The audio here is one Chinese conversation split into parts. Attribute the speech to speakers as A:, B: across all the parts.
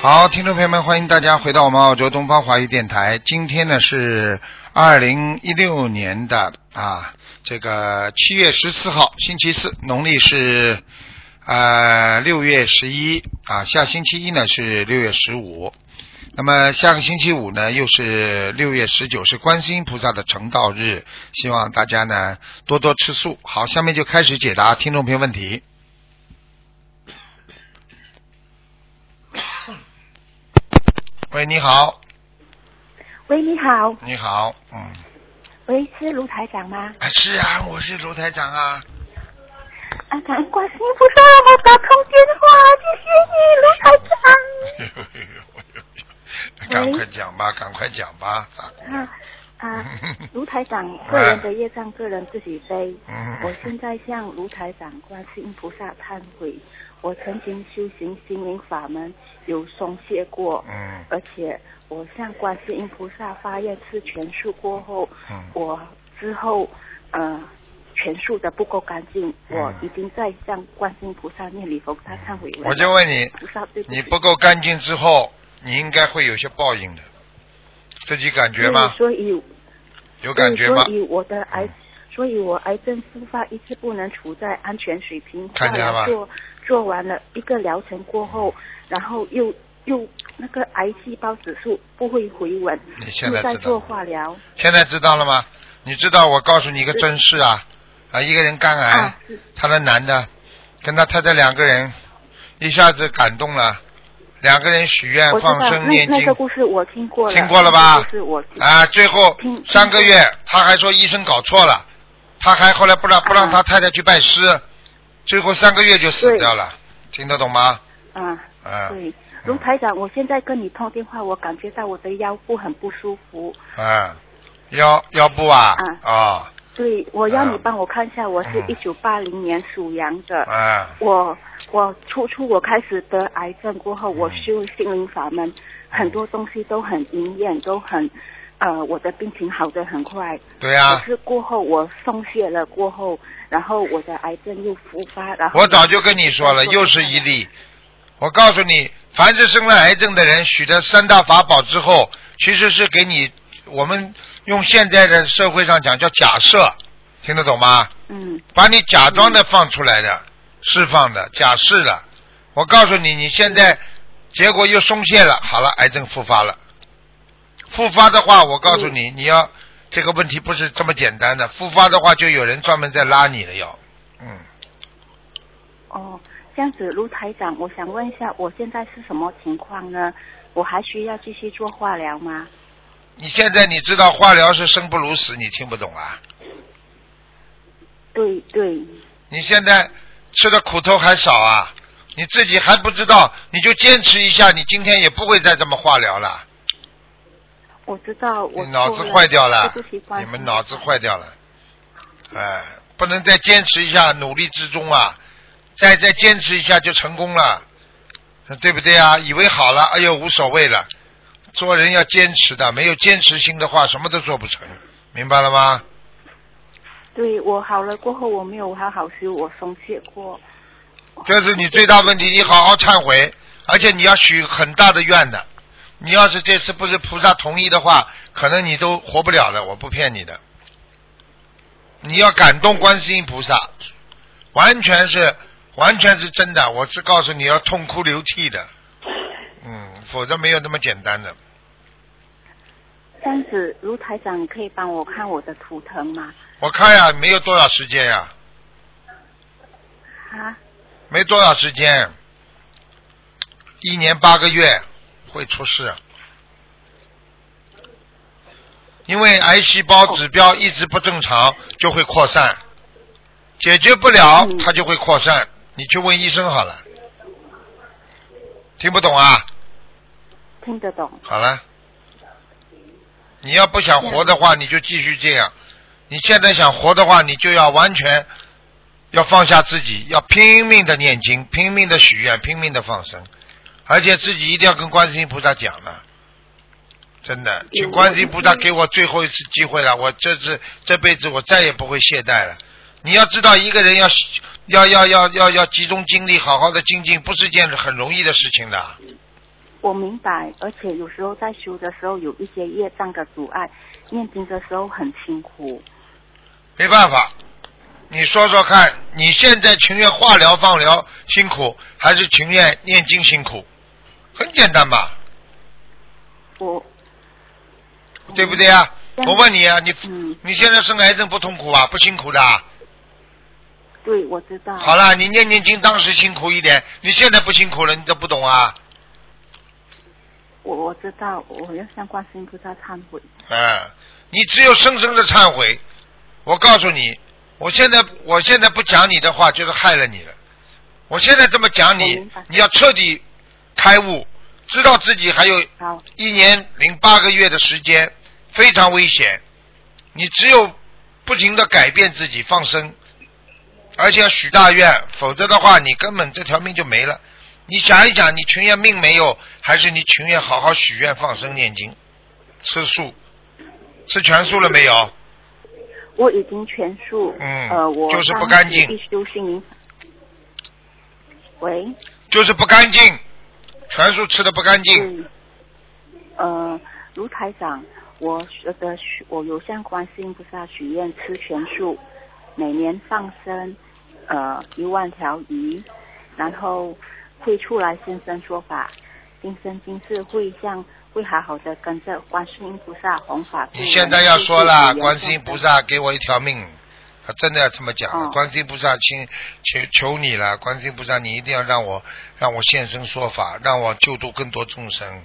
A: 好，听众朋友们，欢迎大家回到我们澳洲东方华语电台。今天呢是二零一六年的啊，这个七月十四号，星期四，农历是呃六月十一啊，下星期一呢是六月十五。那么下个星期五呢，又是六月十九，是观世音菩萨的成道日，希望大家呢多多吃素。好，下面就开始解答听众朋友问题。喂，你好，
B: 喂，你好，
A: 你好，嗯，
B: 喂，是卢台长吗？
A: 啊是啊，我是卢台长啊，
B: 啊，感恩观世音菩萨，我打通电话，谢谢你，卢台长。
A: 赶快讲吧，赶快讲吧，咋
B: 啊啊， 卢台长，个人的业障个人自己背。
A: 嗯
B: 我现在向卢台长、观世音菩萨忏悔，我曾经修行心灵法门有松懈过，
A: 嗯
B: 而且我向观世音菩萨发愿吃全素过后，
A: 嗯
B: 我之后呃全素的不够干净，
A: 嗯
B: 我已经在向观世音菩萨念礼佛菩萨忏悔文了。
A: 我就问你，
B: 菩萨对
A: 你不够干净之后，你应该会有些报应的，自己感觉吗？
B: 所以
A: 有感觉吗
B: 嗯
A: 嗯
B: 所？以我的癌，所以我癌症复发一直不能处在安全水平。
A: 看见了吧
B: 后来做做完了一个疗程过后，然后又又那个癌细胞指数不会回稳，
A: 你现在
B: 又在
A: 知道
B: 做
A: 吗
B: 化疗。
A: 现在知道了吗？你知道我告诉你一个真事啊，啊，一个人肝癌，
B: 啊是
A: 他的男的跟他太太两个人一下子感动了，两个人许愿
B: 我知道
A: 放生
B: 那
A: 念
B: 那
A: 经
B: 个故事我听过了，
A: 听过了吧
B: 那个故事我听
A: 啊，最后
B: 听听
A: 三个月他还说医生搞错了，他还后来不让不让
B: 啊
A: 他太太去拜师，最后三个月就死
B: 对
A: 掉了，听得懂吗？
B: 啊，
A: 啊
B: 对，卢台长，我现在跟你通电话，我感觉到我的腰部很不舒服。
A: 啊，腰腰部啊
B: 啊
A: 哦
B: 对，我要你
A: 啊
B: 帮我看一下，我是
A: 嗯
B: 一九八零年属羊的。
A: 啊
B: 我我初初我开始得癌症过后，我
A: 嗯
B: 修心灵法门，很多东西都很灵验，都很，呃，我的病情好的很快。
A: 对呀、
B: 可是过后我松懈了过后，然后我的癌症又复发，然后
A: 我早就跟你说
B: 嗯
A: 了，又是一例。我告诉你，凡是生了癌症的人，许的三大法宝之后，其实是给你我们用现在的社会上讲叫假设，听得懂吗？
B: 嗯
A: 把你假装的放出来的，释放的，假释的。我告诉你，你现在结果又松懈了，好了，癌症复发了。复发的话，我告诉你，你要这个问题不是这么简单的。复发的话，就有人专门在拉你了，要，嗯。
B: 哦，这样子，卢台长，我想问一下，我现在是什么情况呢？我还需要继续做化疗吗？
A: 你现在你知道化疗是生不如死，你听不懂啊？
B: 对对，
A: 你现在吃的苦头还少啊？你自己还不知道，你就坚持一下，你今天也不会再这么化疗了。
B: 我知道
A: 你
B: 我
A: 脑子
B: 错
A: 坏掉了
B: 对不嗯起，关
A: 你们
B: 心
A: 脑子坏掉了，哎，不能再坚持一下，努力之中啊，再再坚持一下就成功了，对不对啊？以为好了，哎呦无所谓了，做人要坚持的，没有坚持心的话，什么都做不成，明白了吗？
B: 对我好了过后，我没有好好修，我松懈过。
A: 这是你最大问题，你好好忏悔，而且你要许很大的愿的。你要是这次不是菩萨同意的话，可能你都活不了了，我不骗你的。你要感动观世音菩萨，完全是完全是真的，我是告诉你要痛哭流涕的，嗯，否则没有那么简单的。
B: 这样子，卢台长，你可以帮我看我的图腾吗？
A: 我看呀、没有多少时间呀、
B: 啊，
A: 没多少时间，一年八个月会出事，因为癌细胞指标一直不正常，就会扩散，解决不了
B: 嗯
A: 它就会扩散。你去问医生好了，听不懂啊？
B: 听得懂。
A: 好了，你要不想活的话，你就继续这样。你现在想活的话，你就要完全要放下自己，要拼命的念经，拼命的许愿，拼命的放生，而且自己一定要跟观世音菩萨讲了。真的，请观世音菩萨给我最后一次机会了，我这次这辈子我再也不会懈怠了。你要知道，一个人要要要要要要集中精力，好好的精进，不是件很容易的事情的。
B: 我明白，而且有时候在修的时候有一些业障的阻碍，念经的时候很辛苦。
A: 没办法。你说说看，你现在情愿化疗放疗辛苦，还是情愿念经辛苦？很简单吧，
B: 我
A: 对不对啊？
B: 嗯
A: 我问你啊，你
B: 嗯，
A: 你现在生癌症不痛苦啊？不辛苦的啊。
B: 对，我知道。
A: 好了，你念念经当时辛苦一点，你现在不辛苦了，你都不懂啊？
B: 我我知道，我要向观世音菩萨忏悔。
A: 嗯，你只有深深的忏悔。我告诉你，我现在我现在不讲你的话，就是害了你了。我现在这么讲
B: 我
A: 你
B: 明白，
A: 你要彻底开悟，知道自己还有
B: 好，
A: 一年零八个月的时间，非常危险。你只有不停的改变自己，放生，而且要许大愿，否则的话，你根本这条命就没了。你想一想，你情愿命没有，还是你情愿好好许愿、放生、念经、吃素？吃全素了没有？
B: 我已经全素。
A: 嗯
B: 呃，我
A: 就是不
B: 当
A: 干
B: 时
A: 净
B: 一修心灵。喂。
A: 就是不干净，全素吃的不干净。
B: 嗯，呃，卢台长，我学的许，我有向观世音菩萨许愿吃全素，每年放生呃一万条鱼，然后会出来现身说法，今生今世会向会好好的跟着观世音菩萨弘法度人。
A: 你现在要说了，
B: 度人
A: 观世音菩萨给我一条命，啊，真的要这么讲了。
B: 哦
A: 观世音菩萨，请求求你了，观世音菩萨，你一定要让我让我现身说法，让我救度更多众生。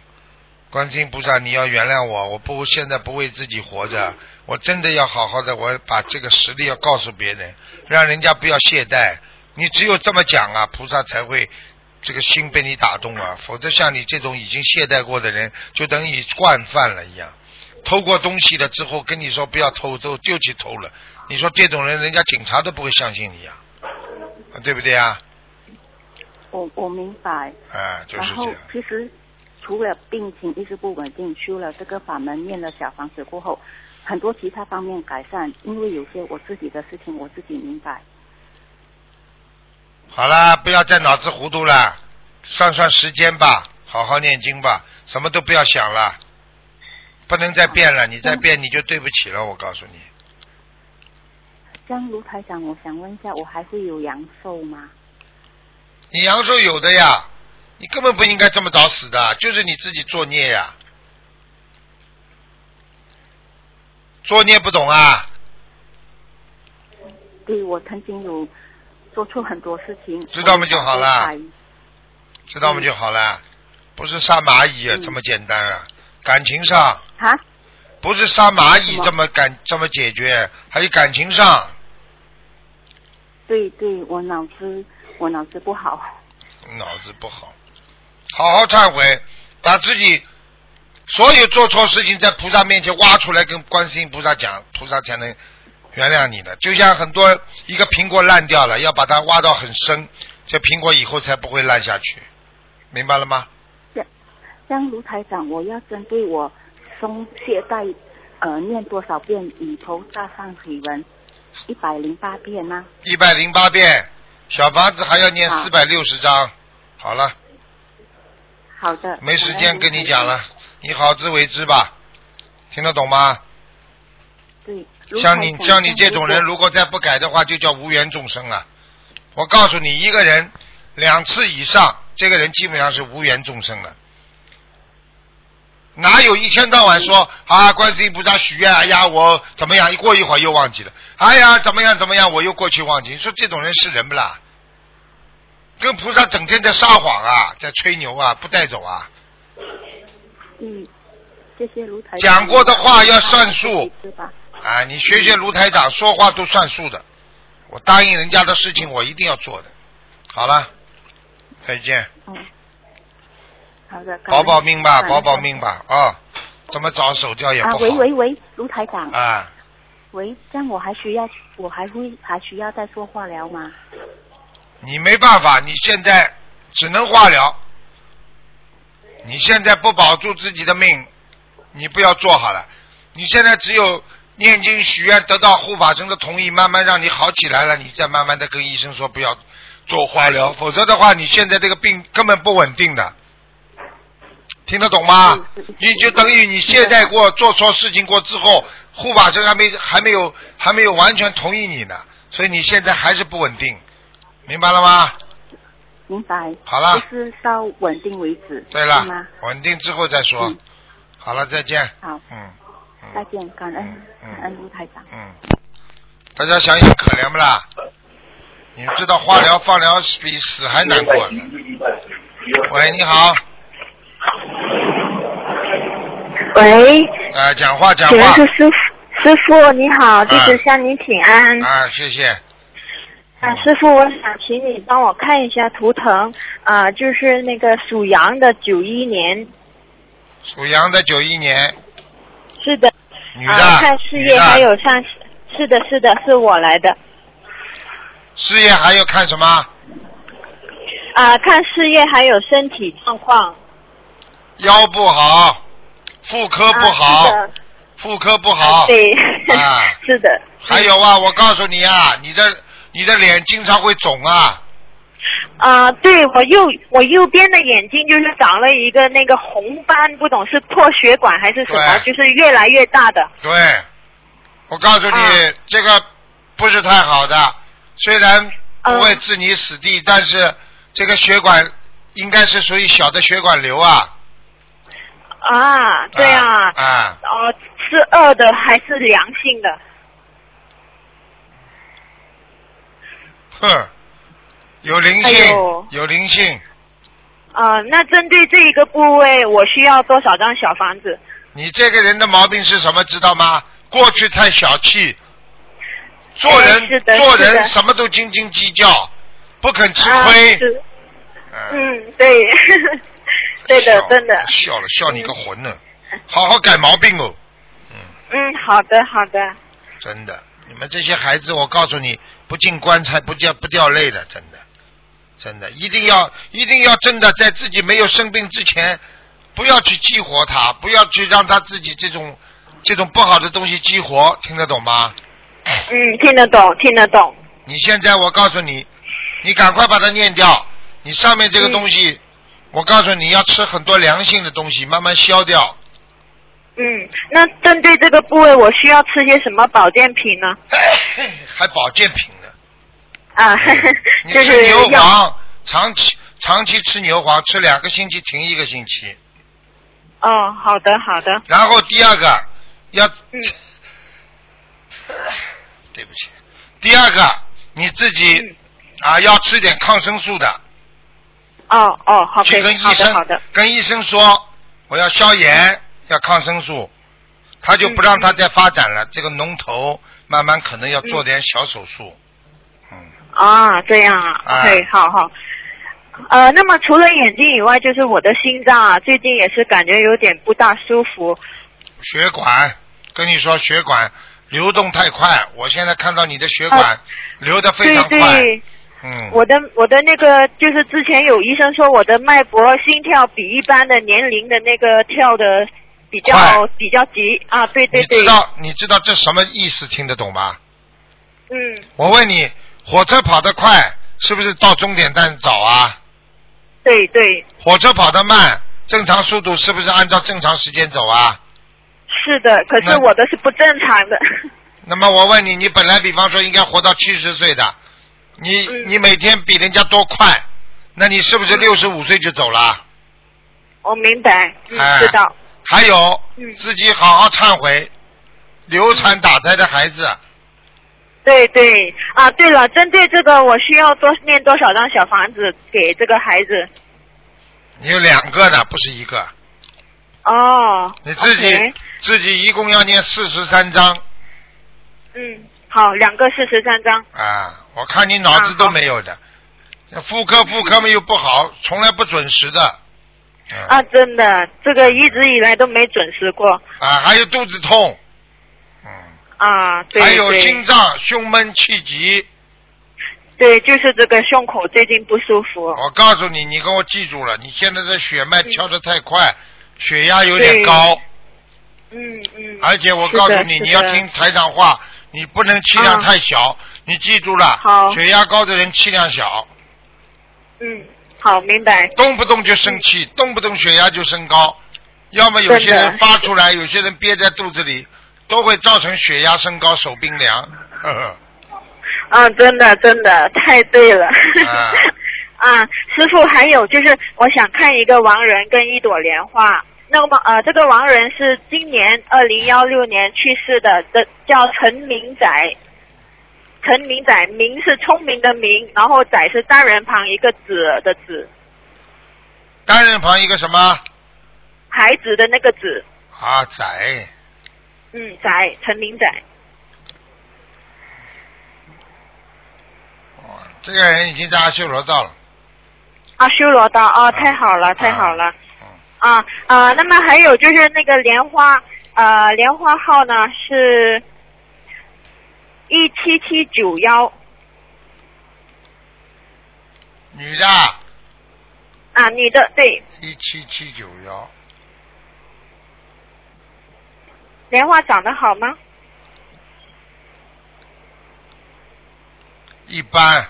A: 观世音菩萨，你要原谅我，我不现在不为自己活着，我真的要好好的，我把这个实力要告诉别人，让人家不要懈怠。你只有这么讲啊，菩萨才会这个心被你打动啊，否则像你这种已经懈怠过的人，就等于惯犯了一样。偷过东西了之后，跟你说不要偷，都就去偷了。你说这种人，人家警察都不会相信你呀、啊，对不对呀、
B: 我我明白，
A: 啊？啊，就
B: 然
A: 是这
B: 后
A: 样。
B: 其实除了病情一直不稳定，修了这个法门，念了小房子过后，很多其他方面改善。因为有些我自己的事情我自己明白。
A: 好啦，不要再脑子糊涂了，算算时间吧，好好念经吧，什么都不要想了，不能再变了，你再变你就对不起了，我告诉你。
B: 像卢台长，我想问一下，我还会有阳寿吗？
A: 你阳寿有的呀，你根本不应该这么早死的，就是你自己作孽呀。作孽不懂啊？
B: 对我曾经有做错很多事情，
A: 知道吗就好了
B: 我有
A: 知道吗就好了，不是杀蚂蚁啊
B: 嗯
A: 这么简单啊，感情上
B: 反悔。啊？
A: 不是杀蚂蚁这
B: 什么
A: 么感这么解决，还有感情上，
B: 对对，我脑子我脑子不好。
A: 脑子不好，好好忏悔，把自己所有做错事情在菩萨面前挖出来，跟观世音菩萨讲，菩萨才能原谅你的。就像很多一个苹果烂掉了，要把它挖到很深，这苹果以后才不会烂下去，明白了吗？
B: 像卢台长，我要针对我松懈怠，呃，念多少遍以头大上水文？一百零八遍啊吗、
A: 一百零八遍，小房子还要念
B: 好
A: 四百六十章，好了。
B: 好的，
A: 没时间跟你讲了。，你好自为之吧，听得懂吗？
B: 对，
A: 像你像你这种人，
B: 如
A: 如果再不改的话，就叫无缘众生了。我告诉你，一个人两次以上，这个人基本上是无缘众生了。哪有一天到晚说啊，观世音菩萨许愿，哎呀，我怎么样？一过一会儿又忘记了，哎呀，怎么样怎么样，我又过去忘记。你说这种人是人不啦？跟菩萨整天在撒谎啊，在吹牛啊，不带走啊。
B: 嗯，这些卢台
A: 讲过的话要算数
B: 对吧？
A: 啊，你学学卢台长说话都算数的，我答应人家的事情我一定要做的。好了，再见，
B: 嗯，好的，
A: 保保命吧，
B: 感恩
A: 保保命。吧啊、这么早手掉也不
B: 啊，
A: 好
B: 喂喂喂，卢台长，
A: 啊
B: 喂，这样我还需要，我还会还需要再做化疗吗？
A: 你没办法，你现在只能化疗。你现在不保住自己的命，你不要做好了。你现在只有念经许愿，得到护法神的同意，慢慢让你好起来了，你再慢慢的跟医生说不要做化疗，否则的话，你现在这个病根本不稳定的。听得懂吗
B: 嗯是？
A: 你就等于你懈怠过、做错事情过之后，护法神还没还没有还没有完全同意你呢，所以你现在还是不稳定，明白了吗？
B: 明白。
A: 好了
B: 就是到稳定为止。
A: 对
B: 是
A: 了
B: 吗？，
A: 稳定之后再说。
B: 嗯
A: 好了，再见。
B: 好，
A: 嗯嗯
B: 再见，感恩
A: 嗯，嗯
B: 感恩卢台长。
A: 嗯，大家想想可怜不啦？你知道化疗、放疗是比死还难过呢。喂，你好，
C: 喂，
A: 呃，讲话讲
C: 请问
A: 话
C: 是，师傅，师傅你好，弟子
A: 嗯
C: 向你请安。
A: 啊，谢谢。
C: 啊，师傅，我想请你帮我看一下图腾，啊，就是那个属羊的九一年，
A: 属羊的，九一年，
C: 是的，
A: 女的，
C: 啊，看事
A: 女
C: 业
A: 的
C: 还有上，是的，是的，是我来的，
A: 事业还有看什么？
C: 啊，看事业还有身体状况，
A: 腰不好，妇科不
C: 啊
A: 好，
C: 是的
A: 妇科不
C: 啊
A: 好。
C: 对，
A: 啊
C: 是的，
A: 还有啊，我告诉你啊，你的你的脸经常会肿啊，
C: 啊，对我右我右边的眼睛就是长了一个那个红斑，不懂是破血管还是什么，
A: 对
C: 就是越来越大的。
A: 对，我告诉你，
C: 啊
A: 这个不是太好的，虽然不会
C: 嗯
A: 置你死地，但是这个血管应该是属于小的血管瘤啊。
C: 啊，对啊，
A: 啊啊
C: 哦、是恶的还是良性的？
A: 哼，有灵
C: 哎
A: 性，
C: 呦
A: 有灵性，
C: 呃，那针对这一个部位，我需要多少张小房子？
A: 你这个人的毛病是什么？知道吗？过去太小气，做人、
C: 哎是的
A: 做
C: 是
A: 人
C: 的
A: 什么都斤斤计较，不肯吃
C: 啊
A: 亏。
C: 是
A: 嗯，
C: 嗯，对， 对的
A: 笑，
C: 真的。
A: 笑了，笑你个魂呢！好好改毛病哦。嗯，
C: 嗯，好的，好的。
A: 真的，你们这些孩子，我告诉你，不进棺材不掉不掉泪的，真的，真的，一定要一定要真的在自己没有生病之前，不要去激活它，不要去让它自己这种这种不好的东西激活，听得懂吗？
C: 嗯，听得懂，听得懂。
A: 你现在我告诉你，你赶快把它念掉。你上面这
C: 嗯
A: 个东西，我告诉你要吃很多良性的东西，慢慢消掉。
C: 嗯，那针对这个部位，我需要吃些什么保健品呢？
A: 哎还保健品呢，
C: 啊，
A: 嗯 你
C: 就
A: 吃
C: 是
A: 牛
C: 要
A: 黄，长期长期吃牛黄，吃两个星期停一个星期。
C: 哦，好的，好的。
A: 然后第二个要，
C: 嗯
A: 对不起，第二个你自己、
C: 嗯
A: 啊要吃点抗生素的，
C: 哦哦，好
A: 去
C: 的
A: 跟，医
C: 好的，
A: 生
C: 好的。
A: 跟医生说我要消炎，要抗生素，他就不
C: 嗯
A: 让他再发展了。这个脓头慢慢可能要做点小手术。嗯，
C: 啊，这样啊
A: 啊
C: ，OK，好好。呃，那么除了眼睛以外，就是我的心脏啊，最近也是感觉有点不大舒服。
A: 血管，跟你说血管流动太快，我现在看到你的血管
C: 啊
A: 流得非
C: 对
A: 常快。
C: 对，
A: 嗯，
C: 我的我的那个就是之前有医生说我的脉搏、心跳比一般的年龄的那个跳的比较
A: 快
C: 比较急啊，对对
A: 你
C: 对
A: 知，道你知道这什么意思？听得懂吗？
C: 嗯，
A: 我问你，火车跑得快，是不是到终点站早啊？
C: 对对，
A: 火车跑得慢，正常速度是不是按照正常时间走啊？
C: 是的，可是
A: 那
C: 我的是不正常的。
A: 那么我问你，你本来比方说应该活到七十岁的，你、
C: 嗯
A: 你每天比人家多快，那你是不是六十五岁就走了？
C: 我明白，嗯，
A: 哎
C: 知道，
A: 还有，
C: 嗯
A: 自己好好忏悔，流产打胎的孩子，
C: 对对啊，对了，针对这个，我需要多念多少张小房子给这个孩子？
A: 你有两个呢，不是一个，
C: 哦，
A: 你自己
C: OK
A: 自己一共要念四十三章
C: 嗯，好，两个四十三张，
A: 啊！我看你脑子
C: 啊
A: 都
C: 好
A: 没有的，
C: 嗯
A: 妇科妇科嘛又不好，从来不准时的，嗯、
C: 啊，真的，这个一直以来都没准时过
A: 啊，还有肚子痛，嗯，
C: 啊，对
A: 还有心
C: 对，
A: 脏胸闷气急。
C: 对，就是这个胸口最近不舒服，
A: 我告诉你，你给我记住了，你现在的血脉
C: 哦嗯
A: 跳得太快，血压有点高，
C: 嗯嗯，
A: 而且我告诉
C: 是
A: 你，
C: 的
A: 你要
C: 是的
A: 听台长话，你不能气量
C: 啊
A: 太小，你记住了
C: 好，
A: 血压高的人气量小，
C: 嗯，好，明白。
A: 动不动就生
C: 嗯
A: 气，动不动血压就升高，要么有些
C: 真
A: 人
C: 的
A: 发出来，有些人憋在肚子里，都会造成血压升高、手冰凉。 呵呵
C: 嗯，真的真的太对了。
A: 啊
C: 啊，师傅，还有就是，我想看一个亡人跟一朵莲花。那么呃，这个亡人是今年二零幺六年去世的，这叫陈明仔。陈明仔，明是聪明的明，然后仔是单人旁一个子的子，
A: 单人旁一个什么
C: 孩子的那个子。
A: 啊仔，
C: 嗯，仔，陈明仔。
A: 哦这个人已经在阿修罗道了。
C: 啊，修罗道哦，太好了，太好了。
A: 嗯，
C: 啊啊、那么还有就是那个莲花，呃，莲花号呢是一七七九幺
A: 女的
C: 啊，女的对，
A: 一七七九幺，
C: 莲花长得好吗？
A: 一般，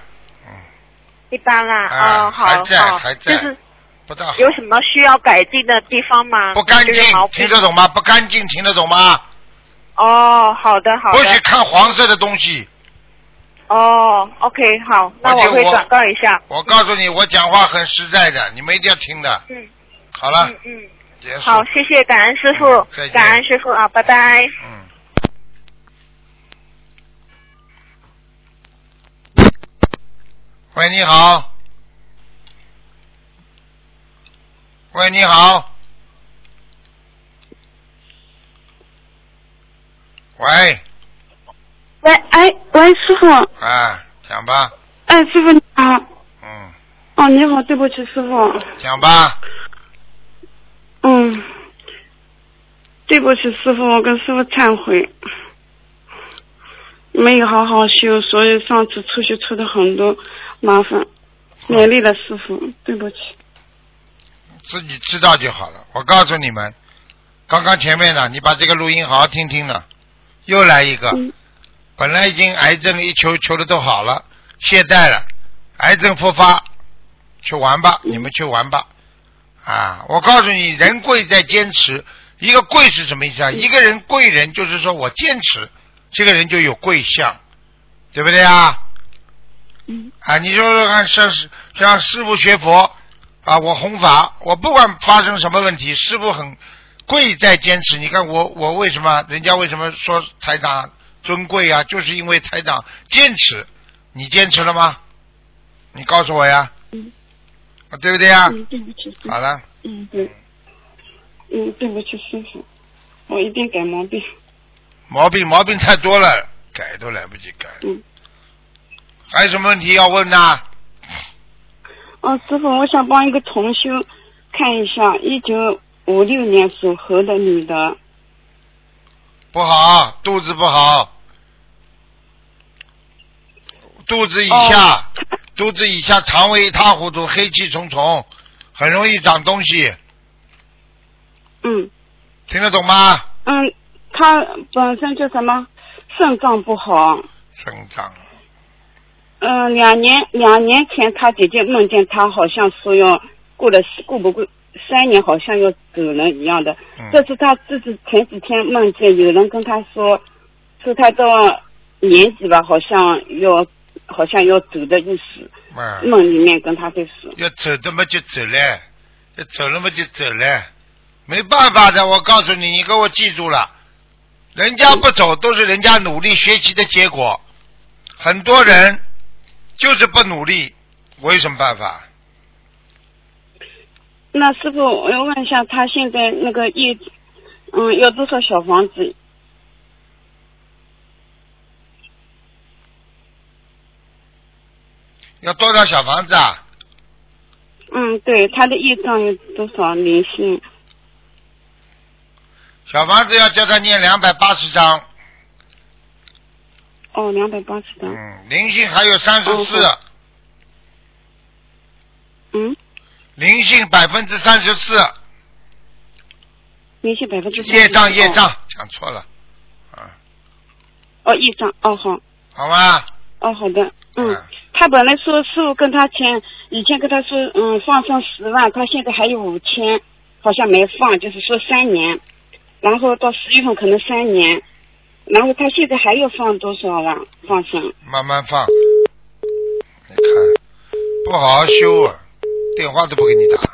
A: 嗯，
C: 一般啦，
A: 啊
C: 哦，好
A: 还在
C: 好
A: 还，
C: 就
A: 在
C: 是
A: 不大好，
C: 有什么需要改进的地方吗？
A: 不干净
C: 就是啊毛，病
A: 听得懂吗？不干净，听得懂吗？
C: 哦，好的好
A: 不许
C: 的，
A: 看黄色的东西。
C: 哦，OK，好，那
A: 我就
C: 我会
A: 我
C: 转告一下。
A: 我告诉你，我讲话很实在的，你们一定要听的。
C: 嗯
A: 好了，
C: 嗯嗯，
A: 结束。
C: 好，谢谢，感恩师傅
A: 啊嗯再，见
C: 感恩师傅啊，拜拜。
A: 嗯。喂，你好。喂，你好。喂，
D: 喂，哎，喂，师傅，
A: 啊，讲吧，
D: 哎，师傅你好，
A: 嗯，
D: 哦，你好，对不起，师傅，
A: 讲吧，
D: 嗯，对不起，师傅，我跟师傅忏悔，没有好好修，所以上次出去出的很多麻烦，连累了师傅，对不起。
A: 自己知道就好了。我告诉你们，刚刚前面呢，你把这个录音好好听听了，又来一个，
D: 嗯
A: 本来已经癌症一求求的都好了，懈怠了，癌症复发，去玩吧，
D: 嗯
A: 你们去玩吧。啊，我告诉你，人贵在坚持。一个贵是什么意思啊？一个人贵人就是说我坚持，这个人就有贵相，对不对啊？
D: 嗯
A: 啊，你说说看，像师像师傅学佛啊，我弘法，我不管发生什么问题，师傅很贵在坚持。你看我我为什么人家为什么说台长尊贵啊？就是因为台长坚持。你坚持了吗？你告诉我呀，
D: 嗯
A: 啊对不对呀？
D: 嗯，对不起，
A: 好了，
D: 嗯对，嗯对不起，师傅，我一定改毛病。
A: 毛病毛病太多了，改都来不及改。
D: 嗯
A: 还有什么问题要问呢、
D: 哦，师傅，我想帮一个同修看一下，一九五六年属猴的女的。
A: 不好，肚子不好，肚子以下，肚子以下肠胃一塌糊涂，黑气重重，很容易长东西，
D: 嗯
A: 听得懂吗？
D: 嗯，他本身就什么肾脏不好。
A: 肾脏
D: 嗯，两年两年前他姐姐梦见他好像说要过了过不过三年，好像要走人一样的。
A: 嗯
D: 这次他这是前几天梦见有人跟他说，说他到年纪吧，好像要好像要走的意思。
A: 嗯，
D: 梦里面跟他就说，
A: 要走的嘛就走嘞，要走了嘛就走嘞，没办法的，我告诉你，你给我记住了，人家不走都是人家努力学习的结果，很多人就是不努力，我有什么办法？
D: 那师傅，我要问一下，他现在那个业，嗯，要多少小房子？
A: 要多少小房子啊？
D: 嗯，对，他的业障有多少灵性？
A: 小房子要叫他念两百八十张，
D: 哦，两百八十张。
A: 嗯，灵性还有三十四
D: 哦，嗯，
A: 灵性百分之三十四，
D: 明显百分之
A: 业障业。障，讲错了，啊，
D: 哦，业障。哦，好，
A: 好吗？
D: 哦，好的。嗯，他本来说师傅跟他签，以前跟他说嗯放生十万，他现在还有五千，好像没放，就是说三年，然后到十月份可能三年，然后他现在还要放多少了放生？
A: 慢慢放。你看，不好好修啊，电话都不给你打。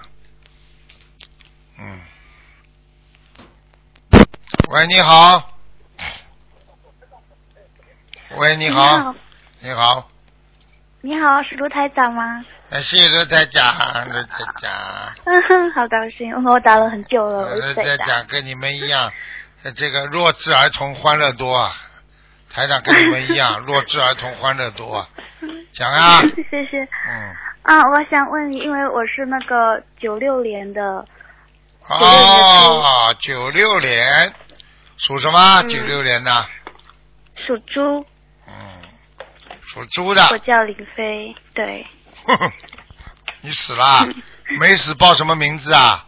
A: 嗯。喂，你好。喂，你好，，你好，
E: 你好，是卢台长吗？
A: 哎，谢谢罗台长，罗台长，
E: 嗯 哼，好高兴，我打了很久了，我一
A: 罗
E: 直
A: 台
E: 在打。
A: 长跟你们一样，呃这个弱智儿童欢乐多啊，台长跟你们一样，弱智儿童欢乐多啊，讲啊，
E: 谢谢
A: 嗯，
E: 啊！我想问你，因为我是那个九六年的，
A: 哦，啊九六年，属什么？
E: 嗯
A: 九六年的，
E: 属猪，
A: 嗯，属猪的，
E: 我叫林飞，对，
A: 你死 了，没死报什么名字啊？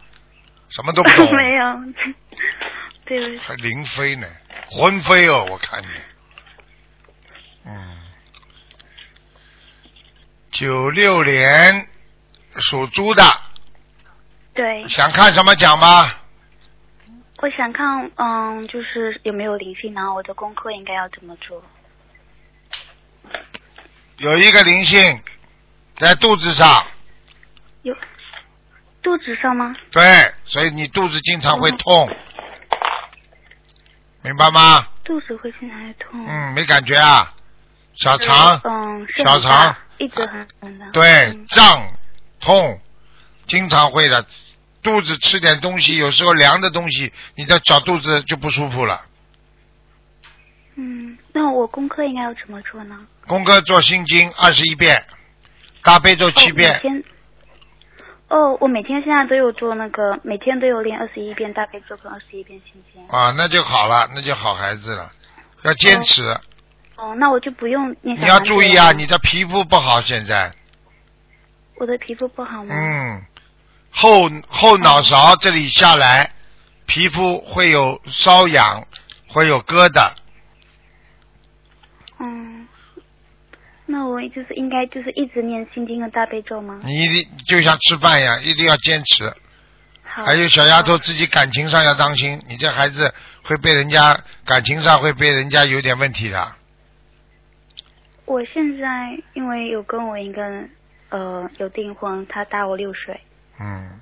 A: 什么都不懂，
E: 没有，对不起，
A: 还灵飞呢，魂飞哦，我看你，嗯，九六年属猪的，
E: 哎对，
A: 想看什么奖吗？
E: 我想看，嗯，就是有没有灵性，然后我的功课应该要怎么做？
A: 有一个灵性在肚子上，
E: 有肚子上吗？
A: 对，所以你肚子经常会
E: 嗯
A: 痛，明白吗？
E: 肚子会经常痛，
A: 嗯，没感觉啊，小肠
E: 嗯，是
A: 小
E: 很大
A: 肠
E: 一直很很大，
A: 对
E: 嗯，
A: 胀痛，经常会的。肚子吃点东西，有时候凉的东西，你的小肚子就不舒服了。
E: 嗯，那我功课应该要怎么做呢？
A: 功课做心经二十一遍，大悲咒七
E: 哦每
A: 遍，
E: 天。哦，我每天现在都有做那个，每天都有练二十一遍大悲咒跟二十一遍心经。
A: 啊，那就好了，那就好孩子了。要坚持，
E: 哦，那我就不用念小
A: 你要
E: 房子
A: 注意
E: 了
A: 啊，
E: 吗
A: 你的皮肤不好现在，
E: 我的皮肤不好吗？
A: 嗯，后后脑勺这里下来，皮肤会有瘙痒，会有疙瘩，
E: 嗯。那我就是应该就是一直念心经跟大悲咒吗？
A: 你一定就像吃饭一样，一定要坚持。
E: 好。
A: 还有小丫头自己感情上要当心，你这孩子会被人家感情上会被人家有点问题的。
E: 我现在因为有跟我一个呃有订婚，他大我六岁。
A: 嗯，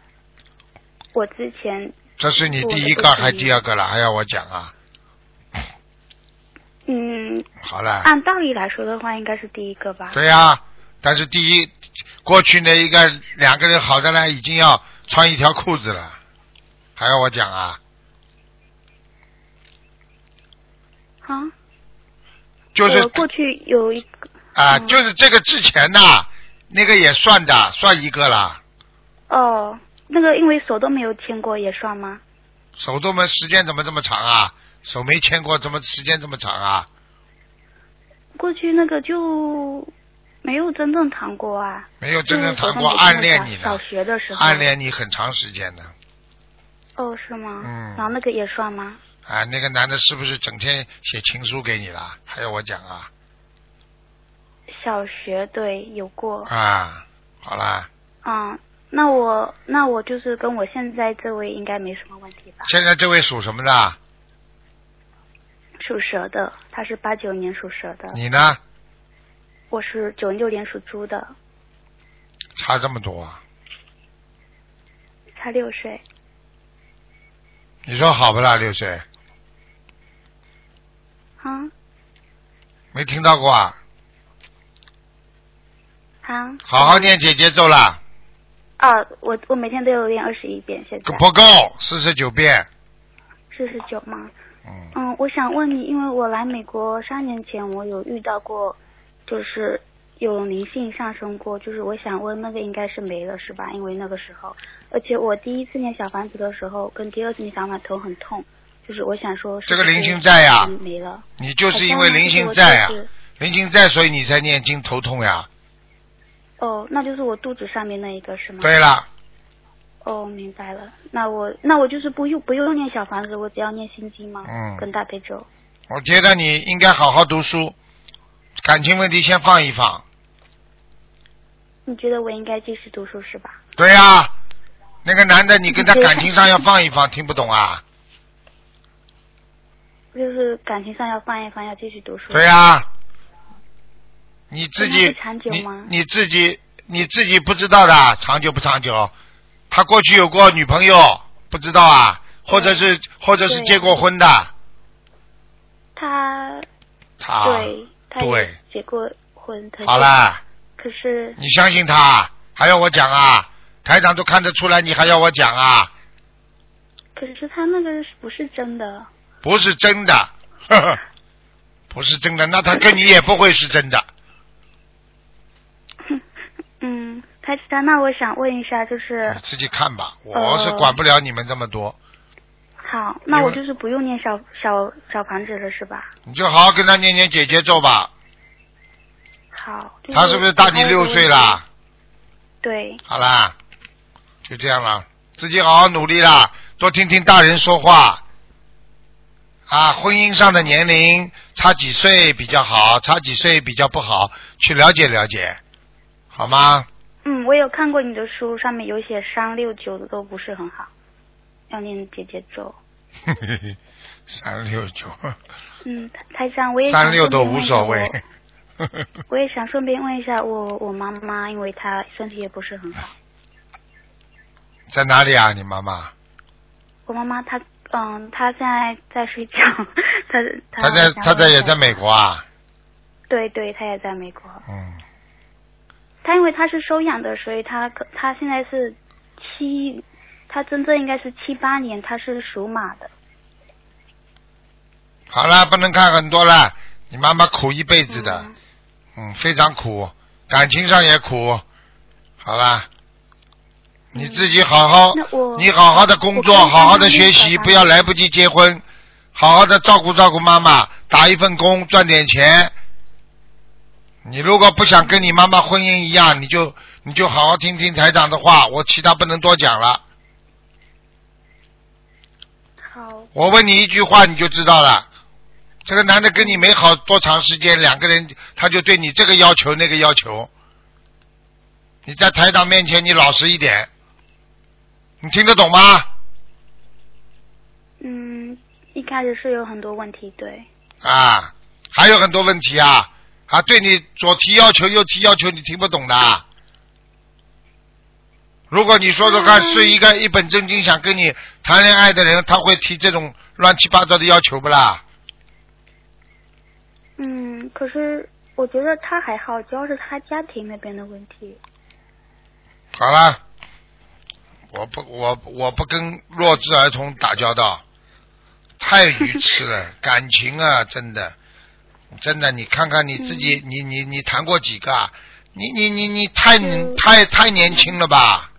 E: 我之前
A: 这是你第一
E: 我
A: 个
E: 的不
A: 还
E: 同意
A: 第二个了？还要我讲啊？
E: 嗯，
A: 好了，
E: 按道理来说的话，应该是第一个吧。
A: 啊对呀、但是第一，过去那一个两个人好的呢，已经要穿一条裤子了，还要我讲啊？
E: 啊，
A: 就是
E: 我过去有一个
A: 啊、
E: 嗯
A: 就是这个之前呐，那个也算的，算一个啦，
E: 哦，那个因为手都没有牵过也算吗？
A: 手都没时间怎么这么长啊？手没牵过，怎么时间这么长啊？
E: 过去那个就没有真正谈过啊。
A: 没有哦真正谈过
E: 因为我刚才
A: 暗恋你
E: 跟我讲小
A: 的，
E: 学的时候。
A: 暗。恋你很长时间的
E: 哦，是吗？
A: 嗯
E: 然后那个也算吗？
A: 啊，那个男的是不是整天写情书给你了？还要我讲啊
E: 小学对有过。
A: 啊，好啦，
E: 嗯，那我那我就是跟我现在这位应该没什么问题吧？
A: 现在这位属什么的？
E: 属蛇的，他是八九年属蛇的，
A: 你呢？
E: 我是九六年属猪的，
A: 差这么多啊？
E: 才六岁。
A: 你说好不啦？六岁
E: 啊
A: 没听到过啊？
E: 啊！
A: 好好念姐姐咒啦，
E: 啊，我我每天都有练二十一遍，现在
A: 不够四十九遍。
E: 四十九吗？
A: 嗯，
E: 嗯，我想问你，因为我来美国三年前，我有遇到过，就是有灵性上升过，就是我想问那个应该是没了是吧？因为那个时候，而且我第一次念小房子的时候，跟第二次念小房子头很痛，就是我想说
A: 这个灵性在呀
E: 没了，
A: 你就是因
E: 好
A: 为
E: 像
A: 灵
E: 是
A: 性
E: 我
A: 在啊
E: 肚，子
A: 灵性在，所以你才念经头痛呀。
E: 哦，那就是我肚子上面那一个是吗？。
A: 对了，
E: 哦，明白了。那我那我就是不用不用念小房子，我只要念心经吗？
A: 嗯
E: 跟大悲咒。
A: 我觉得你应该好好读书，感情问题先放一放，
E: 你觉得我应该继续读书是吧？
A: 对呀、那个男的你跟他
E: 对
A: 感情上要放一放，听不懂啊？
E: 就是感情上要放一放，要继续读书。
A: 对呀、你自己
E: 那他会长久
A: 你
E: 吗
A: 你自己你自己不知道的长久不长久？他过去有过女朋友，不知道啊？或者是或者是
E: 对
A: 结过婚的？
E: 他
A: 他
E: 对，他也
A: 啊对
E: 结过婚，可是
A: 好啦，
E: 可是
A: 你相信他，还要我讲啊？台长都看得出来，你还要我讲啊？
E: 可是他那个是不是真的？
A: 不是真的， 呵呵，不是真的，那他跟你也不会是真的。
E: 嗯，台长，那我想问一下，就是
A: 你自己看吧，我是管不了你们这么多，
E: 好，那我
A: 因为
E: 就是不用念小小小房子了是吧？
A: 你就好好跟他念念姐姐咒吧。
E: 好，就
A: 他是不是大你六岁？啦？
E: 对，
A: 好啦，就这样了，自己好好努力啦，多听听大人说话。啊，婚姻上的年龄差几岁比较好，差几岁比较不好，去了解了解，好吗？
E: 嗯，我有看过你的书，上面有写三六九的都不是很好，要念姐姐咒。
A: 三六九，
E: 嗯，台台长，我也想
A: 三六都无
E: 顺便问一
A: 所
E: 下
A: 谓
E: 我。我也想顺便问一下我我妈妈，因为她身体也不是很好。
A: 在哪里啊？你妈妈？
E: 我妈妈她嗯，她现在在睡觉， 她她
A: 她在
E: 想
A: 她在
E: 问一
A: 也
E: 下
A: 在美国啊？
E: 对对，她也在美国。
A: 嗯，
E: 她因为她是收养的，所以她可她现在是七，她真正应该是七八年，她是属马的。
A: 好了，不能看很多了。你妈妈苦一辈子的，
E: 嗯
A: 嗯，非常苦，感情上也苦。好啦，你自己好好
E: 那，我
A: 哦你好好的工作，
E: 我看看
A: 好好的学
E: 那
A: 习，
E: 个
A: 不要来不及结婚，好好的照顾照顾妈妈，打一份工赚点钱。你如果不想跟你妈妈婚姻一样，你就你就好好听听台长的话，我其他不能多讲了。
E: 好，
A: 我问你一句话，你就知道了。这个男的跟你没好多长时间，两个人他就对你这个要求那个要求。你在台长面前，你老实一点，你听得懂吗？
E: 嗯，一开始是有很多问题，对，
A: 啊，还有很多问题啊，啊，对你左提要求右提要求，你听不懂的啊。如果你说说看，
E: 嗯
A: 是一个一本正经想跟你谈恋爱的人，他会提这种乱七八糟的要求不啦？
E: 嗯，可是我觉得她还好，主要是她家庭那边的问题。
A: 好了，我不，我我不跟弱智儿童打交道，太愚痴了，感情啊，真的，真的，你看看你自己，你你你谈过几个？啊？你你你你太
E: 嗯
A: 太太年轻了吧？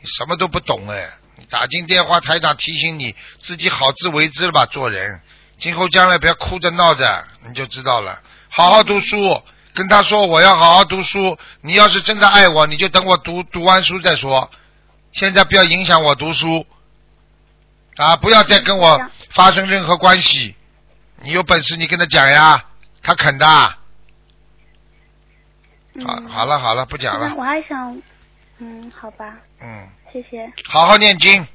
A: 你什么都不懂哎！你打进电话，台长提醒你自己好自为之了吧，做人，今后将来不要哭着闹着，你就知道了。好好读书，跟他说我要好好读书。你要是真的爱我，你就等我读读完书再说。现在不要影响我读书，啊，不要再跟我
E: 嗯
A: 发生任何关系。你有本事你跟他讲呀，他肯的。好，
E: 嗯，
A: 好了好了，不讲
E: 那
A: 了。
E: 我还想，嗯，好吧，
A: 嗯，
E: 谢谢。
A: 好好念经。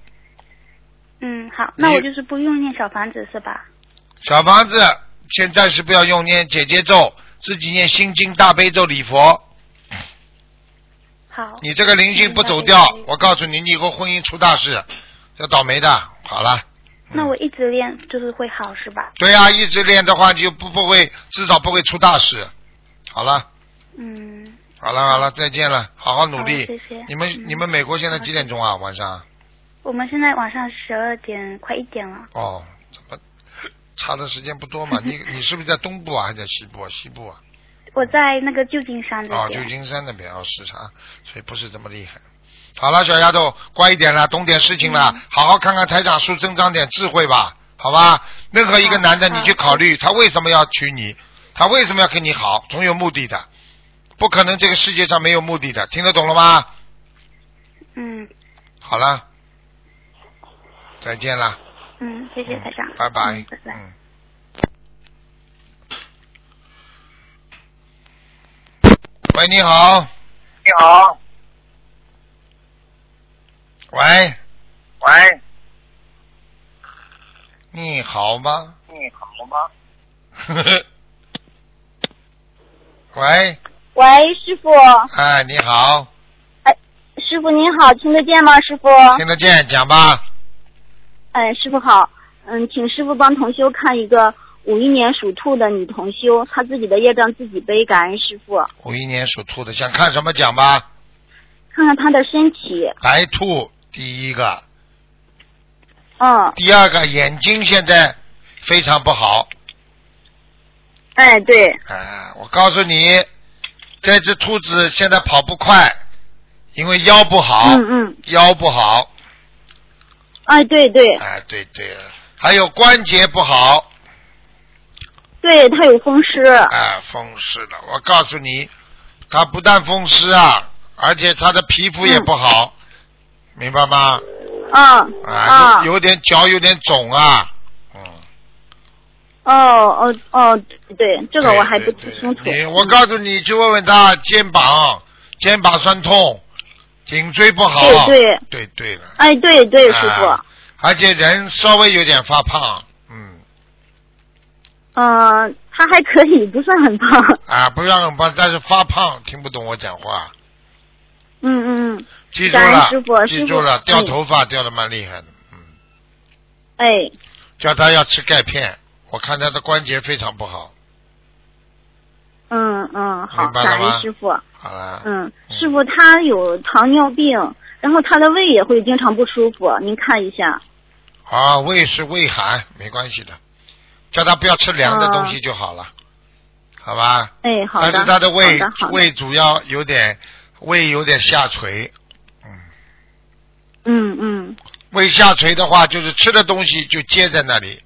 E: 嗯，好，那我
A: 你
E: 就是不用念小房子是吧？
A: 小房子先暂时不要用，念姐姐咒，自己念心经、大悲咒、礼佛。
E: 好，
A: 你这个灵性不走掉
E: 明白明白，
A: 我告诉你，你以后婚姻出大事，要倒霉的。好了。
E: 那我一直练就是会好是吧？
A: 对呀、一直练的话就不不会，至少不会出大事。好了，
E: 嗯，
A: 好了，好了，再见了，好好努
E: 好谢
A: 力。
E: 谢。
A: 你们、
E: 嗯
A: 你们美国现在几点钟啊？晚上？
E: 我们现在晚上十二点快一点了，
A: 哦，怎么差的时间不多嘛？你你是不是在东部啊，还是在西部啊？西部啊？
E: 我在那个旧金山
A: 哦
E: 这，
A: 旧
E: 边。
A: 金山那边哦，时差，所以不是这么厉害。好了，小丫头，乖一点了，懂点事情了，
E: 嗯
A: 好好看看台长书，增长点智慧吧，好吧？任何一个男的，
E: 好嗯
A: 你去考虑他为什么要娶你，他为什么要跟你好，总有目的的，不可能这个世界上没有目的的，听得懂了吗？
E: 嗯
A: 好了，再见了，
E: 嗯，谢谢台长。
A: 拜拜
E: 嗯，拜拜。
A: 嗯。喂，你好，
C: 哎
F: 好，
A: 喂，
F: 喂，
A: 你好吗？
F: 你好吗？
A: 喂，
B: 喂，师傅，
A: 哎，你好，
B: 师傅您好，听得见吗？师傅，
A: 听得见，讲吧。
B: 哎，师傅好，嗯，请师傅帮同修看一个五一年属兔的女同修，她自己的业障自己背，感恩师傅，
A: 五一年属兔的，想看什么讲吧。
B: 看看她的身体，
A: 白兔第一个，
B: 嗯，
A: 第二个眼睛现在非常不好。
B: 哎，对，
A: 啊，我告诉你，这只兔子现在跑不快，因为腰不好，
B: 嗯嗯，
A: 腰不好。
B: 哎，对对
A: 啊，对对了，还有关节不好
B: 对，她有风湿，
A: 啊，风湿了。我告诉你，它不但风湿啊，而且它的皮肤也不好，明白吗？
B: 嗯，
A: 啊，
B: 啊
A: 有有点脚有点肿啊。嗯，
B: 哦哦哦，对，
A: 这
B: 这个我还不清楚，
A: 你我告诉你，去问问他肩膀，啊肩膀酸痛，颈椎不好。
B: 对对
A: 对对了。
B: 哎，对对，师傅，
A: 啊而且人稍微有点发胖，嗯，
B: 嗯，她还可以，不算很胖，
A: 啊，不让胖，但是发胖，听不懂我讲话，
B: 嗯嗯嗯，
A: 记住
B: 感恩
A: 了
B: 师傅，
A: 记
B: 师
A: 住
B: 傅
A: 了，掉
B: 嗯
A: 头发掉的蛮厉害的，嗯，
B: 哎，
A: 叫他要吃钙片，我看他的关节非常不好，
B: 嗯嗯，好，
A: 明白了
B: 感恩
A: 吗
B: 师傅，
A: 好了，
B: 嗯，
A: 嗯
B: 师傅他有糖尿病，然后他的胃也会经常不舒服，您看一下。
A: 啊，胃是胃寒，没关系的，叫他不要吃凉的东西就好了，好吧？
B: 哎，好的。
A: 但是他的胃
B: 好的好的
A: 胃主要有点胃有点下垂，嗯，
B: 嗯嗯
A: 胃下垂的话，就是吃的东西就接在那里，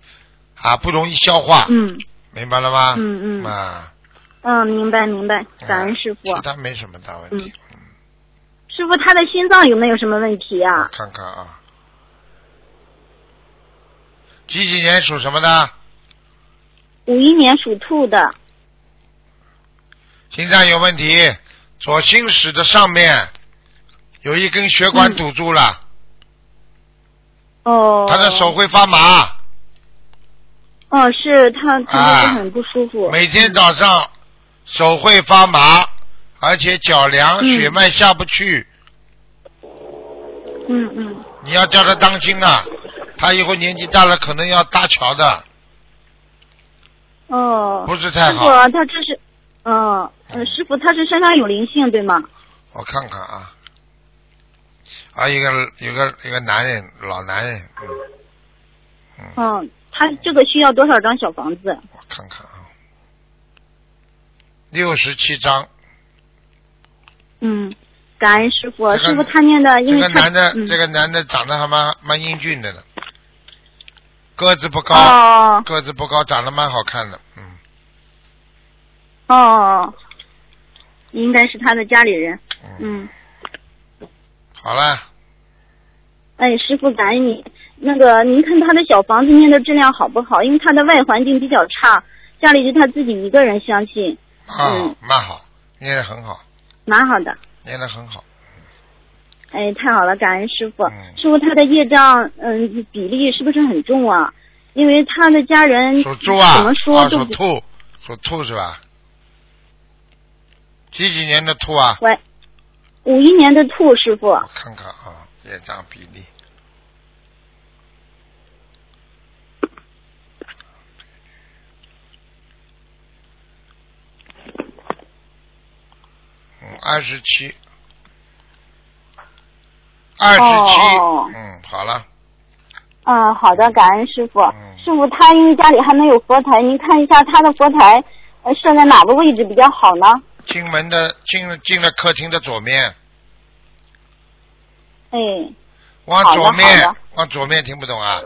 A: 啊，不容易消化，
B: 嗯
A: 明白了吗？
B: 嗯嗯
A: 啊，
B: 嗯，明白明白，感恩
A: 啊
B: 师傅。嗯
A: 其他没什么大问题，
B: 师傅他的心脏有没有什么问题
A: 我
B: 啊？
A: 看看啊，几几年属什么的？
B: 五一年属兔的，
A: 心脏有问题，左心室的上面有一根血管堵住了，
B: 嗯哦。
A: 他的手。会发麻，
B: 哦，是他他
A: 啊
B: 就是很不舒服。
A: 每天早上手会发麻，而且脚凉，
B: 嗯
A: 血脉下不去。
B: 嗯嗯。
A: 你要叫他当心啊，他以后年纪大了可能要搭桥的，
B: 哦。
A: 不是太
B: 师傅
A: 好。
B: 他这是，嗯嗯，师傅他是身上有灵性对吗？
A: 我看看啊，啊，一个有个有个男人，老男人，嗯，嗯，
B: 嗯，他这个需要多少张小房子？
A: 我看看啊，六十七章，
B: 啊嗯，感恩师傅，
A: 这个
B: 师傅他念的，因
A: 这
B: 为
A: 个
B: 他
A: 男的，
B: 嗯
A: 这个男的长得还蛮蛮英俊的呢，个子不高，
B: 哦
A: 个子不高，长得蛮好看的，嗯，
B: 哦，应该是他的家里人。嗯，
A: 好了，
B: 哎，师傅感恩你。那个，您看他的小房子念的质量好不好？因为他的外环境比较差，家里就他自己一个人相信，
A: 蛮好
B: 嗯，
A: 啊蛮好，念得很好，
B: 蛮好的。
A: 念得很好，
B: 哎，太好了，感恩师傅。
A: 嗯
B: 师傅他的业障，嗯，比例是不是很重啊？因为他的家人
A: 属猪啊，
B: 嗯怎么说
A: 啊，
B: 都
A: 属
B: 不
A: 兔，属兔是吧？几几年的兔啊？
B: 喂，五一年的兔师傅，
A: 我看看啊，业障比例。嗯，二十七，二十
B: 哦
A: 七，嗯，好了，
B: 嗯，好的，感恩师傅。
A: 嗯
B: 师傅他因为家里还没有佛台，您看一下他的佛台呃设在哪个位置比较好呢？
A: 进门的进了进了客厅的左面，
B: 哎，
A: 往
B: 好的
A: 左面
B: 好的，
A: 往左面，听不懂啊？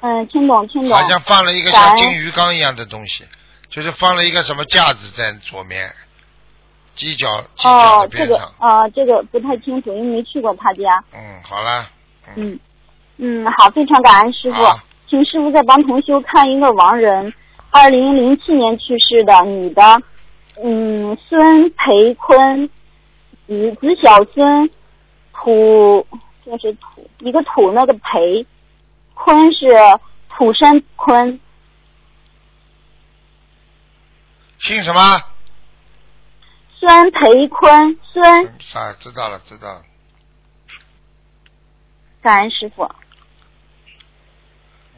B: 嗯，听懂听懂
A: 好。像放了一个
B: 感
A: 像
B: 恩
A: 金鱼缸一样的东西，就是放了一个什么架子在左面，犄角犄角
B: 哦
A: 的，
B: 这
A: 边
B: 个
A: 上。
B: 啊、这个不太清楚，因为没去过他家。
A: 嗯，好了。嗯，
B: 嗯嗯，好，非常感恩师傅
A: 好，
B: 请师傅再帮同修看一个亡人，二零零七年去世的女的，嗯，孙培坤，
G: 子子小孙，土这是土，一个土那个培，坤是土生坤，
A: 姓什么？
G: 孙培坤孙，
A: 啊，知道了，知道了。
G: 感恩师傅，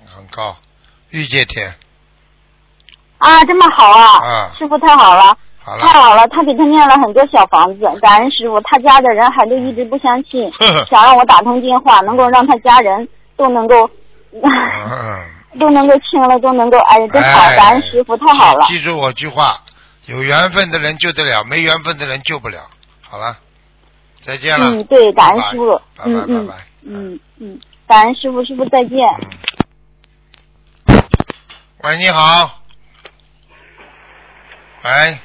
A: 很高，玉界天
G: 啊，这么好啊，
A: 啊，
G: 师傅太好了。
A: 好
G: 太
A: 了，
G: 好了，他给他念了很多小房子，感恩师傅，他家的人还都一直不相 信，
A: 呵呵，
G: 想让我打通电话，能够让他家人都能够，
A: 嗯，
G: 都能够听了，都能够，哎呀，真好，
A: 哎
G: 感恩师傅，太好了，
A: 记住我句话，有缘分的人救得了，没缘分的人救不了。好了，再见了，
G: 嗯，对，感恩
A: 拜拜
G: 师傅，
A: 拜
G: 嗯
A: 拜拜
G: 嗯
A: 拜，
G: 嗯嗯，感恩师傅，师傅再见。
A: 嗯。喂，你好。喂。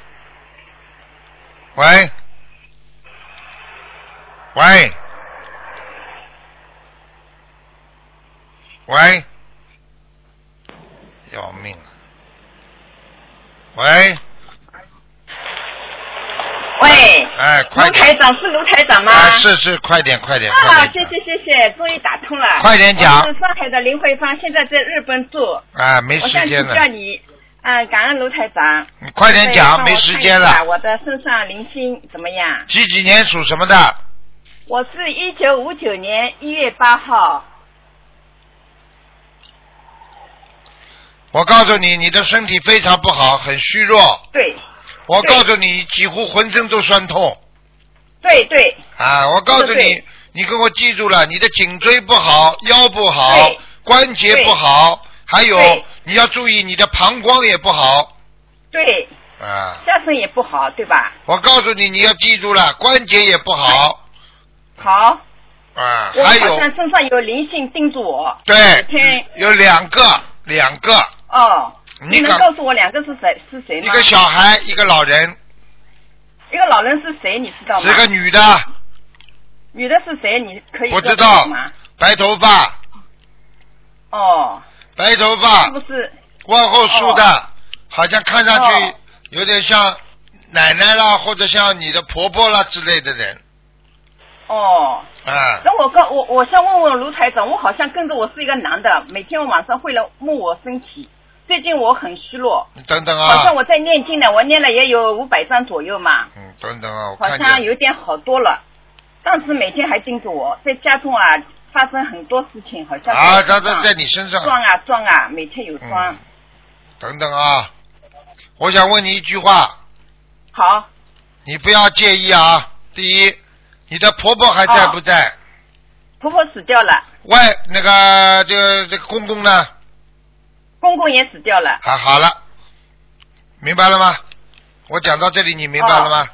A: 喂。喂。喂。要命了。喂，
F: 喂，
A: 哎，
F: 卢
A: 快点。
F: 台长是卢台长吗？
A: 哎，是是，快点，快点，
F: 啊
A: 快，点
F: 谢谢啊谢谢，终于打通了。
A: 快点啊讲
F: 我是上海的林慧芳，现在在日本住。我
A: 讲。啊，没时
F: 想
A: 间
F: 请
A: 了，
F: 教你，啊，感恩卢台长。
A: 你快点讲，
F: 可以
A: 没
F: 帮我
A: 时
F: 看一
A: 间
F: 下
A: 了。
F: 我的身上灵性怎么样？
A: 几几年属什么的？
F: 我是一九五九年一月八号。
A: 我告诉你，你的身体非常不好，很虚弱。
F: 对
A: 我告诉你，几乎浑身都酸痛
F: 对对
A: 啊！我告诉
F: 对对
A: 你，你给我记住了，你的颈椎不好，腰不好
F: 对，
A: 关节不好，还有
F: 对
A: 你要注意你的膀胱也不好
F: 对，
A: 啊！
F: 下身也不好，对吧？
A: 我告诉你，你要记住了，关节也不好
F: 好，
A: 啊！
F: 我
A: 还
F: 好
A: 有
F: 像身上有灵性盯住我。
A: 对
F: 天，
A: 有两个，两个，
F: 哦，
A: 你
F: 能
A: 敢
F: 告诉我两个是谁是谁
A: 一
F: 吗？
A: 个小孩，一个老人，
F: 一个老人是谁，你知道吗？
A: 是个女的，
F: 女的是谁？你可以
A: 不
F: 告
A: 知
F: 诉
A: 道
F: 我吗？
A: 白头发，
F: 哦，
A: 白头发
F: 是，不是？
A: 往后梳的，好像看上去
F: 哦
A: 有点像奶奶啦，或者像你的婆婆啦之类的人
F: 哦，
A: 啊。
F: 那我告我我想问问卢台长，我好像跟着我是一个男的，每天晚上会来摸我身体。最近我很虚弱，
A: 你等等
F: 好
A: 啊
F: 像，我在念经呢，我念了也有五百张左右嘛，
A: 嗯，等等啊，我
F: 好
A: 看
F: 像
A: 见
F: 有点好多了。当时每天还盯着我，在家中啊发生很多事情，好像
A: 啊，
F: 在
A: 他在
F: 我身
A: 在
F: 上
A: 你身上，
F: 撞啊撞啊，每天有撞
A: 嗯。，等等啊，我想问你一句话，
F: 好，
A: 你不要介意啊。第一，你的婆婆还在
F: 哦
A: 不在？
F: 婆婆死掉了，
A: 外那个这个这个公公呢？
F: 公公也死掉了。
A: 啊，好了，明白了吗？我讲到这里，你明白了吗？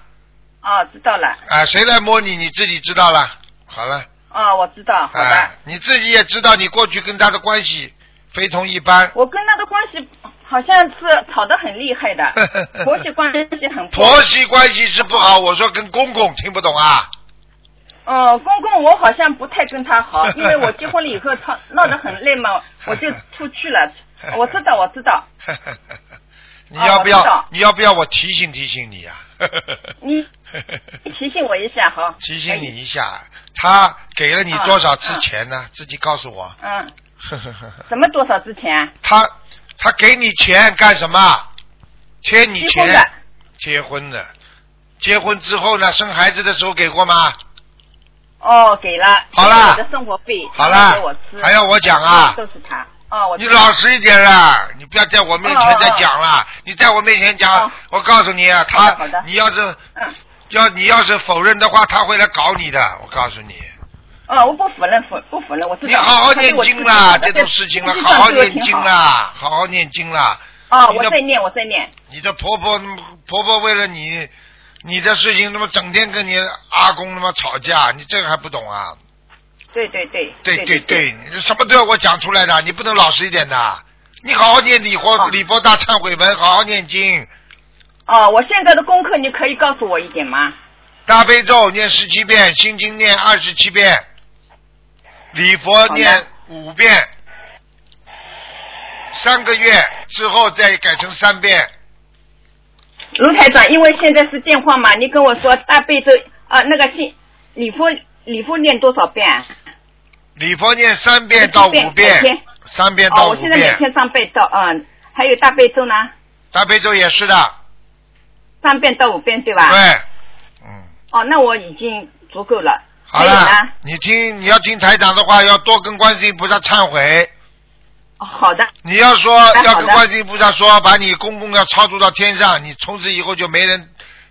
F: 哦，知道了。
A: 啊，谁来摸你，你自己知道了。好了。
F: 哦，我知道，好吧。
A: 哎，你自己也知道，你过去跟他的关系非同一般。
F: 我跟他的关系好像是吵得很厉害 的，婆媳关系很不好
A: 婆媳关系是不好，我说跟公公听不懂啊。
F: 哦、公公我好像不太跟 他好，因为我结婚了以后吵闹得很累嘛，我就出去了。我知道，我知道，
A: 你要不要、
F: 啊我知道
A: 你要不要我提醒提醒你啊？
F: 你提醒我一下哈。
A: 提醒你一下，
F: 哎
A: 他给了你多少次钱呢？
F: 啊
A: 自己告诉我。
F: 哎。嗯，什么多少之前啊？
A: 他他给你钱干什么？欠你
F: 结婚的
A: 钱？结婚的。结婚之后呢？生孩子的时候给过
F: 啊
A: 吗？
F: 哦，给了。
A: 好啦
F: 我的生活费。
A: 好
F: 了。
A: 了
F: 我吃。
A: 还要我讲啊
F: 都是他。哦，我
A: 你
F: 知道
A: 老实一点啦，你不要在我面前再讲了。你在我面前讲
F: 哦，
A: 我告诉你啊，
F: 好的
A: 他
F: 好的
A: 你要是
F: 嗯。
A: 要你要是否认的话，他会来搞你的。我告诉你，
F: 哦，我不否认，否不否认，我知道。
A: 你好好念经啦，
F: 他对
A: 这
F: 我挺好的
A: 种事情了，
F: 他
A: 好好
F: 对我
A: 念
F: 挺
A: 经
F: 好
A: 啦，好好念经啦。
F: 哦，
A: 你的
F: 我在念，我在念。
A: 你的婆婆婆婆为了你，你的事情他妈整天跟你阿公他妈吵架，你这个还不懂啊？
F: 对对对。
A: 对对。
F: 对
A: 对，你什么都要我讲出来的，你不能老实一点的。你好好念礼佛
F: 哦
A: 礼佛大忏悔文，好好念经。
F: 哦，我现在的功课你可以告诉我一点吗？
A: 大悲咒念十七遍，心经念二十七遍，礼佛
F: 好
A: 念
F: 的
A: 五遍，三个月之后再改成三遍。
F: 卢台长，因为现在是电话嘛，你跟我说大悲咒啊，那个信礼佛礼佛念多少遍啊？
A: 礼佛念三遍到五
F: 每天
A: 遍，三遍到
F: 哦，我
A: 五
F: 现在每
A: 遍，
F: 天上背咒，嗯，还有大悲咒呢，
A: 大悲咒也是
F: 啊
A: 的，
F: 三遍到五遍对吧？。
A: 对，嗯，
F: 哦，那我已经足够了。
A: 好
F: 还有
A: 了
F: 呢？，
A: 你听你要听台长的话，要多跟观世音菩萨忏悔。
F: 哦好的，
A: 你要说
F: 哎
A: 要
F: 好
A: 跟
F: 的
A: 观世音菩萨说，把你公公要超度到天上，你从此以后就没人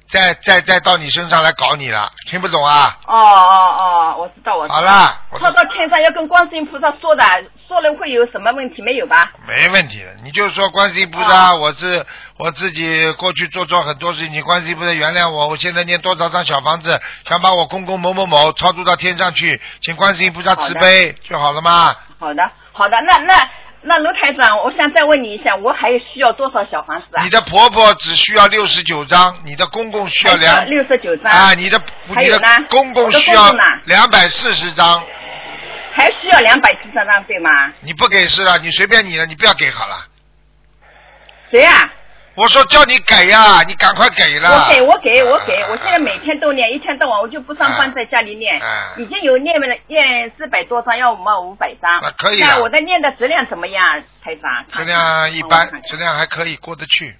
A: 再再再到你身上来搞你了，听不懂啊？
F: 哦哦哦，我知道，我知道。
A: 好。啦，我
F: 超到天上要跟观世音菩萨说的，说了会有什么问题没有吧？
A: 没问题的，你就说观世音菩萨，我是我自己过去做错很多事情，观世音菩萨原谅我，我现在念多少张小房子，想把我公公某某某超度到天上去，请观世音菩萨慈悲就好了嘛。
F: 好的，好的，那那那卢台长，我想再问你一下，我还需要多少小房子啊
A: 你？的婆婆只需要六十九张，你的公公需要两
F: 六十九张
A: 啊，你的
F: 还
A: 你
F: 有
A: 的
F: 呢
A: 公
F: 我
A: 公
F: 的
A: 需要
F: 公公呢
A: 两百四十张，
F: 还需要两百七十张对吗？
A: 你不给是了，你随便你了，你不要给好了。
F: 谁啊？
A: 我说叫你给呀、你赶快给了。
F: 我给我给我给，
A: 啊
F: 我现在每天都念，一天到晚我就不上班，在家里念
A: 啊，
F: 已经有念了念四百多张，要我们五百张
A: 那可以。啊
F: 那我的念的质量怎么样，台长？
A: 质量一
F: 看啊看
A: 般，质量还可以，过得去。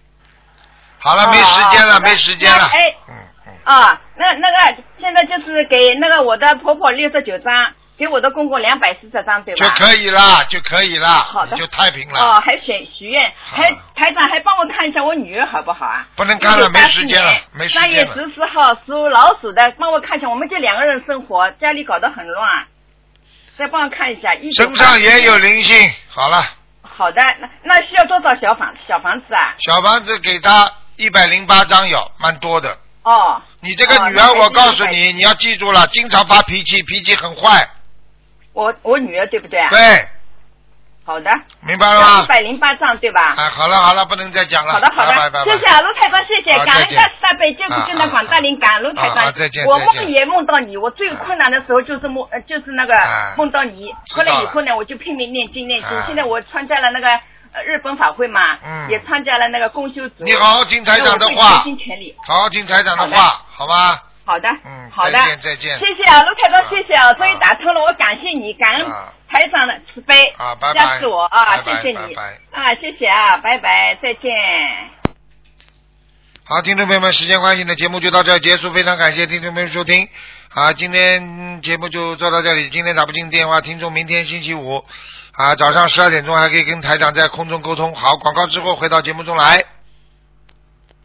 A: 好了，
F: 哦
A: 没时间
F: 好
A: 了，
F: 的
A: 没时间了
F: 那哎。
A: 嗯嗯，
F: 啊，那那个现在就是给那个我的婆婆六十九张，给我的公公两百四十张，对吧？
A: 就可以了，就可以
F: 好
A: 了，
F: 的
A: 你就太平
F: 哦，
A: 了，
F: 还选许愿，
A: 好
F: 还台长还帮我看一下我女儿好不好啊？
A: 不能看了没时间了没时
F: 三月
A: 间了
F: 十四号属老鼠的，帮我看一下，我们这两个人生活，家里搞得很乱，再帮我看一下。一九八
A: 身
F: 四
A: 上也有灵性。好了，
F: 好的，那那需要多少小房小房子啊？
A: 小房子给他一百零八张有，蛮多的。
F: 哦，
A: 你这个
F: 哦
A: 女
F: 那
A: 儿，
F: 还
A: 我
F: 是
A: 告诉
F: 100
A: 你，你要记住了，经常发脾气，脾气很坏。
F: 我我女儿对不对啊？
A: 对，啊
F: 好的，
A: 明白了
F: 要一
A: 吗？
F: 百零八张对吧？
A: 哎，好了好了，不能再讲了。
F: 好的好的，
A: 拜拜拜
F: 谢谢
A: 拜。
F: 啊，卢台长，谢谢，
A: 好
F: 感
A: 再
F: 恩
A: 见
F: 大慈大悲救苦救
A: 啊
F: 难广大灵感恩卢台
A: 啊啊
F: 长
A: 再见，
F: 我
A: 再
F: 梦
A: 见
F: 也梦到你，我最困难的时候就是梦，呃就是那个
A: 啊
F: 梦到你，
A: 知
F: 后
A: 道
F: 来以
A: 了
F: 后呢，我就拼命念经念经
A: 啊，
F: 现在我参加了那个呃日本法会嘛
A: 嗯，
F: 也参加了那个公修组，
A: 你好好听台长的
F: 所以我会
A: 话
F: 全心全力。
A: 好好听台长的
F: 好的
A: 话，好吧？
F: 好的，
A: 嗯
F: 好的，
A: 再见再见
F: 谢谢啊，卢台
A: 啊
F: 长，谢谢啊，终于
A: 啊
F: 打通了，我感谢你，感恩
A: 啊
F: 台长的慈悲
A: 啊拜，拜
F: 加持我啊，
A: 拜
F: 谢
A: 拜
F: 谢你
A: 拜拜
F: 啊，谢谢啊，拜拜，再见。
A: 好，听众朋友们，时间关系呢，节目就到这儿结束。非常感谢听众朋友收听。啊，今天嗯节目就做到这里。今天打不进电话，听众明天星期五啊早上十二点钟还可以跟台长在空中沟通。好，广告之后回到节目中来。